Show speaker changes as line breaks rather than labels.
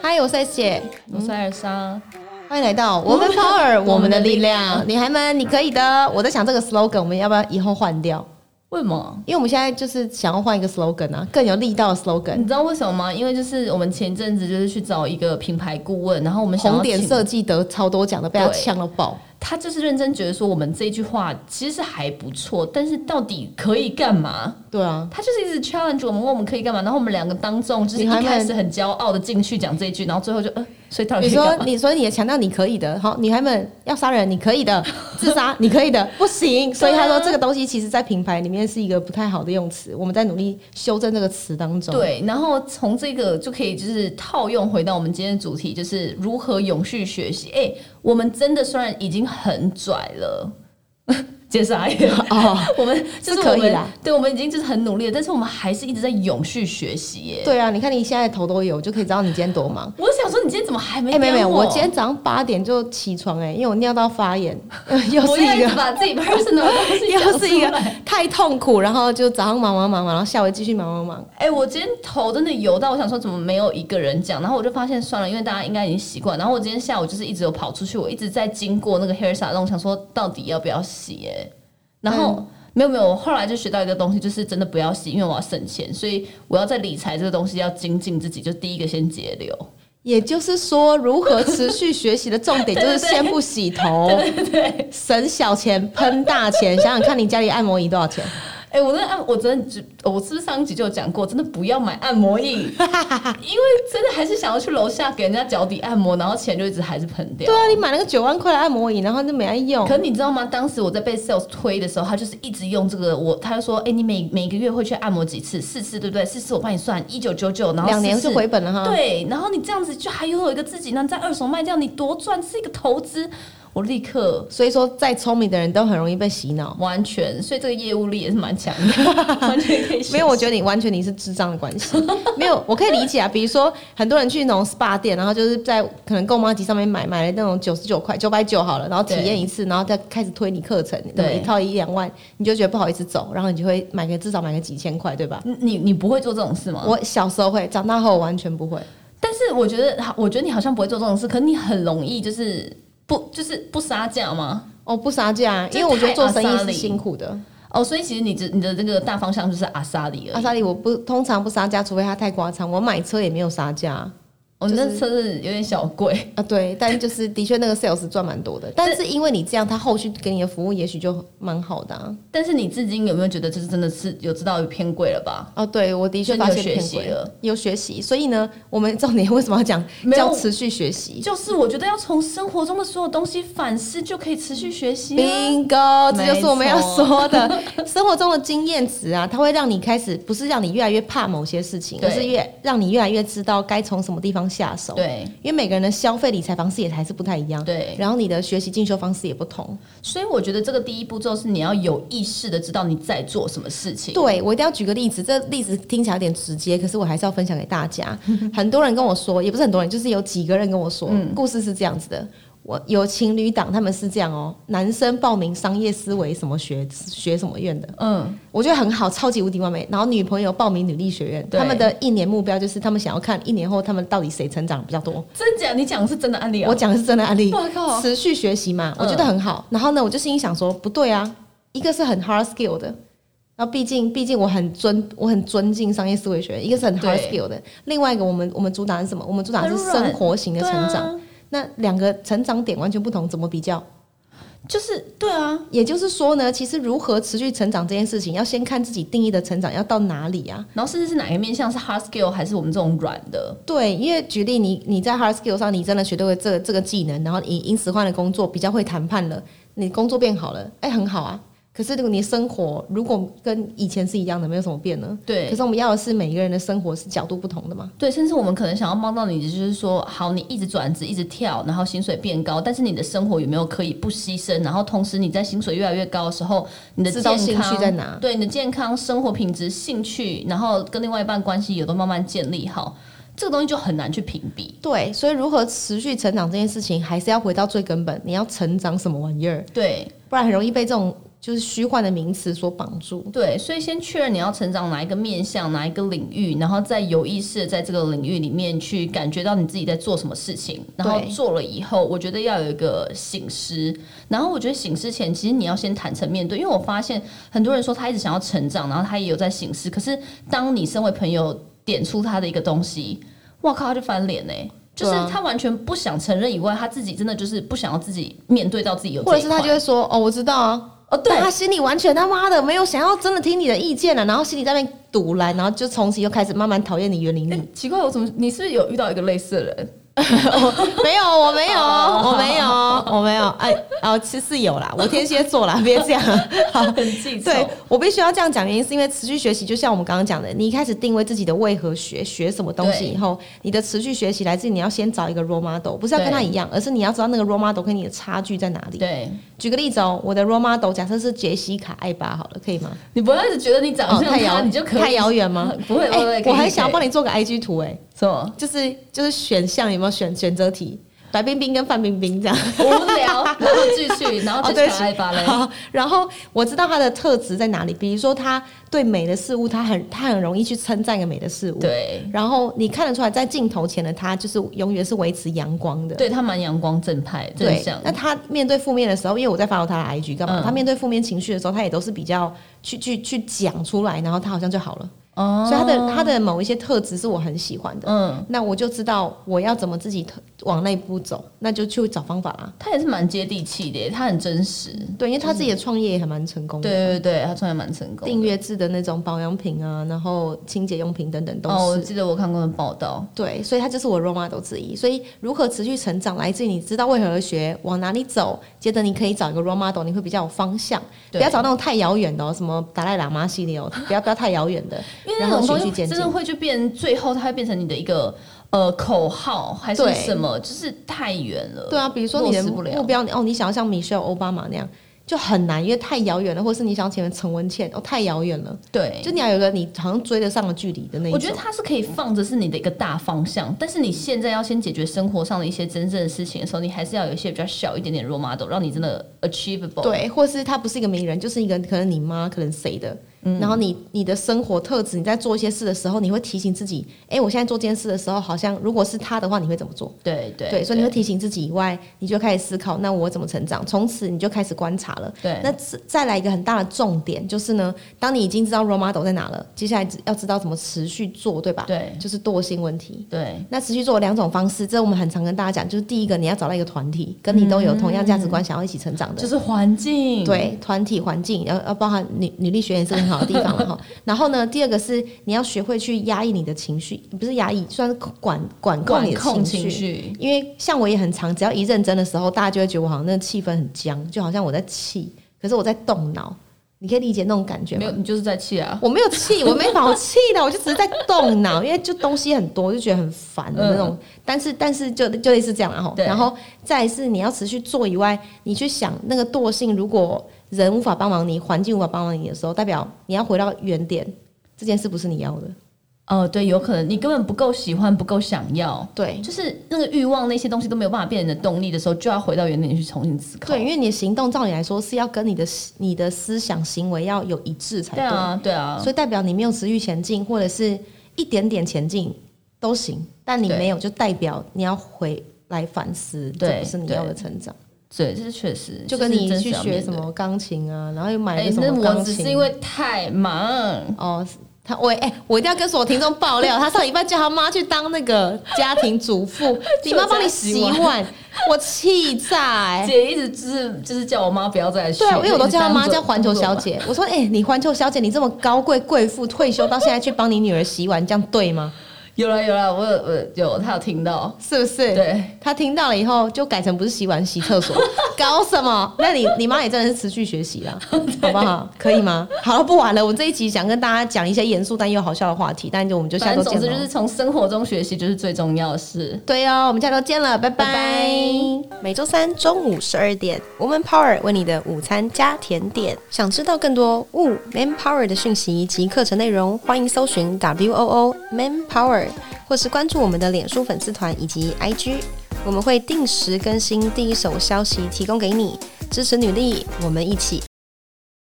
他有在写。
我是二莎，
欢迎来到我们 power 我们的力量，女孩们你可以的。我在想这个 slogan 我们要不要以后换掉？
为什么？
因为我们现在就是想要换一个 slogan 啊，更有力道的 slogan。
你知道为什么吗？因为就是我们前阵子就是去找一个品牌顾问，然后我们想
红
要
点
请
设计得超多奖的，被他
对
呛到爆。
他就是认真觉得说我们这一句话其实还不错，但是到底可以干嘛？
对啊，
他就是一直 challenge 我们，问我们可以干嘛，然后我们两个当众就是一
你还没
开始很骄傲的进去讲这一句，然后最后就呃，所以到底
你
可以干
说
嘛？
你说你也强调你可以的，好，女孩们要杀人你可以的，自杀你可以的，不行。所以他说这个东西其实在品牌里面是一个不太好的用词，我们在努力修正这个词当中。
对，然后从这个就可以就是套用回到我们今天的主题，就是如何永续学习。哎、我们真的虽然已经很拽了， 介绍一个，
哦，
我们就
是
是
可以
我们
啦
对，我们已经就是很努力了，但是我们还是一直在永续学习耶。
对啊，你看你现在头都有，就可以知道你今天多忙。
我想说，你今天怎么还没
哎、没有没有，
跟
我今天早上八点就起床、哎，因为我尿道发炎， 又
不
是
要
一
一直
个。
把自 己 personal 的东西
又
讲
是一个
出来
太痛苦，然后就早上忙忙忙忙，然后下午继续忙忙忙。
哎、我今天头真的油到，我想说怎么没有一个人讲，然后我就发现算了，因为大家应该已经习惯。然后我今天下午就是一直有跑出去，我一直在经过那个 hair salon，想说到底要不要洗、哎，然后、
嗯
没有没有，我后来就学到一个东西，就是真的不要洗，因为我要省钱，所以我要在理财这个东西要精进自己，就第一个先节流。
也就是说，如何持续学习的重点就是
对对对
先不洗 头，省小钱喷大钱。想想看你家里按摩椅多少钱？
哎、我那按，我真的只，我是不是上一集就有讲过，真的不要买按 摩椅，因为真的还是想要去楼下给人家脚底按摩，然后钱就一直还是喷掉
对。啊，你买那个九万块的按摩椅，然后就没爱用
可。你知道吗？当时我在被 sales 推的时候，他就是一直用这个，我他就说，哎、你每每个月会去按摩几次？四次，对不对？四次我帮你算一九九九，然后
两年
四
是
次
回本了哈。
对，然后你这样子就还拥有一个自己，那你在二手卖掉，你多赚是一个投资。我立刻
所以说，再聪明的人都很容易被洗脑。
完全，所以这个业务力也是蛮强 的，完全可以学习。
没有，我觉得你完全你是智障的关系。 没有，我可以理解啊。比如说，很多人去那种 SPA 店，然后就是在可能购猫集上面买买了那种九十九块、九百九好了，然后体验一次，然后再开始推你课程，
对
一套一两万，你就觉得不好意思走，然后你就会买个至少买个几千块，对吧？
你你你不会做这种事吗？
我小时候会，长大后我完全不会。
但是我觉得，我觉得你好像不会做这种事，可你很容易就是不就是不杀价吗？
哦，不杀价啊，
这
因为我觉得做生
太阿
意
萨
是
里
辛苦的。
哦，所以其实你这你的这个大方向就是阿萨里而
阿
已。
萨里我不通常不杀价，除非它太夸张。我买车也没有杀价啊，
我、哦、那车子有点小贵，
啊对，但就是的确那个 sales 赚蛮多的。但是因为你这样，他后续给你的服务也许就蛮好的、啊。
但是你至今有没有觉得就是真的是有知道有偏贵了吧？
哦，对，我的确发现偏
所
贵
以你有学习了，
有学习。所以呢，我们重点为 什么要讲
没有
叫持续学习
就是我觉得要从生活中的所有东西反思，就可以持续学习、啊。
嗯？Bingo，这
没
就是我们要
错
说的生活中的经验值啊，它会让你开始不是让你越来越怕某些事情，
对
而是越让你越来越知道该从什么地方下手。
对
因为每个人的消费理财方式也还是不太一样，
对，
然后你的学习进修方式也不同。
所以我觉得这个第一步骤是你要有意识的知道你在做什么事情。
对，我一定要举个例子，这例子听起来有点直接，可是我还是要分享给大家。 很多人跟我说，也不是很多人，就是有几个人跟我说，故事是这样子的。我有情侣档，他们是这样哦，男生报名商业思维什么学学什么院的，
嗯，
我觉得很好，超级无敌完美。然后女朋友报名女力学院，
对
他们的一年目标就是他们想要看一年后他们到底谁成长比较多。
真假？你讲的是真的案例啊？
我讲的是真的案例，
我靠
持续学习嘛，
嗯
我觉得很好。然后呢，我就心里想说，不对啊，一个是很 hard skill 的，然后毕竟毕竟我很尊我很尊敬商业思维学院，一个是很 hard
对
skill 的，另外一个我们我们主打是什么？我们主打是
很软
生活型的成长。
对啊
那两个成长点完全不同，怎么比较？
就是对啊，
也就是说呢，其实如何持续成长这件事情，要先看自己定义的成长要到哪里啊？
然后甚至是哪个面向是 hard skill 还是我们这种软的？
对，因为举例你你在 hard skill 上，你真的学对了这个这个技能，然后你因此换了工作，比较会谈判了，你工作变好了，哎、很好啊。可是如果你生活如果跟以前是一样的，没有什么变呢？
对
可，是我们要的是每一个人的生活是角度不同的嘛？
对，甚至我们可能想要帮到你，就是说，好，你一直转职，一直跳，然后薪水变高，但是你的生活有没有可以不牺牲？然后同时你在薪水越来越高的时候，你的
知
健
道
康
兴趣在哪
对你的健康、生活品质、兴趣，然后跟另外一半关系也都慢慢建立好，这个东西就很难去评比。
对，所以如何持续成长这件事情，还是要回到最根本，你要成长什么玩意儿，
对，
不然很容易被这种就是虚幻的名词所绑住。
对，所以先确认你要成长哪一个面向、哪一个领域，然后再有意识地在这个领域里面去感觉到你自己在做什么事情，然后
对
做了以后，我觉得要有一个醒思。然后我觉得醒思前，其实你要先坦诚面对，因为我发现很多人说他一直想要成长，然后他也有在醒思，可是当你身为朋友点出他的一个东西，哇靠，他就翻脸嘞、欸就是
对啊
他完全不想承认以外，他自己真的就是不想要自己面对到自己有这
或者
一
是他
块
就会说：“哦，我知道啊。”
哦对
但他心里完全他妈的没有想要真的听你的意见啊了，然后心里在那边堵拦，然后就从此又开始慢慢讨厌你、远离你。
奇怪，我怎么你是不是有遇到一个类似的人？
没有，我没有，我没有，我没有。哎，哦，其实是有啦，我天蝎座啦，别这 样。好，
很记仇
对我必须要这样讲，原因是因为持续学习，就像我们刚刚讲的，你一开始定位自己的为何学学什么东西
对
以后，你的持续学习来自于你要先找一个 role model，不是要跟他
对
一样，而是你要知道那个 role model 跟你的差距在哪里。
对，
举个例子哦，我的 role model 假设是杰西卡艾巴好了，可以吗？
你不要一直觉得你长
哦，
相
太
他，
遥
你就可以？
太遥远吗
不会不会
哎
可以
我还想要
可以
帮你做个 IG 图哎、
什么
就是就是选项有没有选选择题？白冰冰跟范冰冰这样。
无 聊，然后继续，然后
哦，
就
对
去爱吧嘞。
好，然后我知道他的特质在哪里，比如说他对美的事物，他很他很容易去称赞一个美的事物。。
对，
然后你看得出来，在镜头前的他就是永远是维持阳光的。
对他蛮阳光正派正
对
向，
那他面对负面的时候，因为我在 follow 他的 IG 干嘛？
嗯
他面对负面情绪的时候，他也都是比较去去去讲出来，然后他好像就好了。
哦
所以他的他的某一些特质是我很喜欢的。
嗯，
那我就知道我要怎么自己特往那一步走，那就去找方法啦。
他也是蛮接地气的耶，他很真实。
对，因为他自己的创业也还蛮成功的。
对对对，他创业蛮成功
订
的。
阅制的那种保养品啊，然后清洁用品等等都
哦，我
是。
记得我看过的报道。
对，所以它就是我 role model 之一。所以如何持续成长，来自于你知道为何而学，往哪里走。接着你可以找一个 role model，你会比较有方向。不
对
要找那种太遥远的、哦，什么达赖喇嘛系列哦，不要不要太遥远的
因为，
然
那
后循
种东
序
西
渐
真
进
的。会就变，最后它会变成你的一个呃口号还是
对
什么，就是太远了。
对啊，比如说你的
落实不了
目标，你哦，你想要像 Michelle Obama 那样，就很难，因为太遥远了；或是你想要成为陈文茜，哦，太遥远了。
对，
就你要有一个你好像追得上的距离的那一种。
我觉得它是可以放着是你的一个大方向，但是你现在要先解决生活上的一些真正的事情的时候，你还是要有一些比较小一点点 role model，让你真的 achievable。，
对，或是他不是一个名人，就是一个可能你妈，可能谁的。
嗯
然后你你的生活特质，你在做一些事的时候，你会提醒自己，哎、我现在做这件事的时候，好像如果是他的话，你会怎么做？
对对
对，所以你会提醒自己以外，你就开始思考，那我怎么成长？从此你就开始观察了。
对
那自再来一个很大的重点就是呢，当你已经知道 role model 在哪了，接下来只要知道怎么持续做，对吧？，
对
就是惰性问题。
对
那持续做有两种方式，这我们很常跟大家讲，就是第一个你要找到一个团体，跟你都有同样价值
嗯
观，想要一起成长的
就。是环境。
对团体环境，要要包含女女力学院是很好的地方 了哈。然后呢，第二个是你要学会去压抑你的情绪，不是压抑，算是管管控
管
你的
控
绪。
情绪，
因为像我也很常，只要一认真的时候，大家就会觉得我好像那个气氛很僵，就好像我在气，可是我在动脑。你可以理解那种感觉
没有
吗？
你就是在气啊。
我没有气，我没好气的，我就只是在动脑，因为就东西很多，就觉得很烦的那种。但是但是就就类似这样然后
嗯对
然后再来是你要持续做以外，你去想那个惰性，如果人无法帮忙你，环境无法帮忙你的时候，代表你要回到原点，这件事不是你要的。
哦，对，有可能你根本不够喜欢，不够想要，
对
就是那个欲望那些东西都没有办法变成你的动力的时候，就要回到原点去重新思考。
对，因为你的行动照理来说是要跟你的你的思想行为要有一致才
对啊，对啊，
所以代表你没有持续前进，或者是一点点前进都行，但你
对
没有，就代表你要回来反思，
对
这不是你要的成长。
对，这是确实，
就跟
是
你
真实
去
要
学
面
什
对。
么钢琴啊，然后又买
哎、
了什
那
么
我
钢
只
琴，
是因为太忙，
哦。他我哎、我一定要跟所有听众爆 料，他上礼拜叫他妈去当那个家庭主妇， 你妈帮你洗碗， 我气炸、哎
姐一直就是就是叫我妈不要再来去，
对啊，因为我都叫她妈
就一直
叫
当做
环球小。姐。我说，哎、你环球小姐，你这么高贵贵妇，退休到现在去帮你女儿洗碗，这样对吗？
有了有了，我有我有，她有听到，
是不是？
对，
她听到了以后就改成不是洗碗洗 厕所，搞什么？那你你妈也真的是持续学 习啦，好不好？可以吗？好了，不玩了，我这一集想跟大家讲一些严肃但又好笑的话题，但就我们就下
反
周
正
见
总
了。
之就是从生活中学习就是最重要的事。
对哦，我们下周见了，拜拜。
拜拜
每周三中午十二点，Woman Power 为你的午餐加甜点。想知道更多 Wo Man Power 的讯息及课程内容，欢迎搜寻 W O O Man Power，或是关注我们的脸书粉丝团以及 IG。我们会定时更新第一手消息，提供给你支持女力，我们一起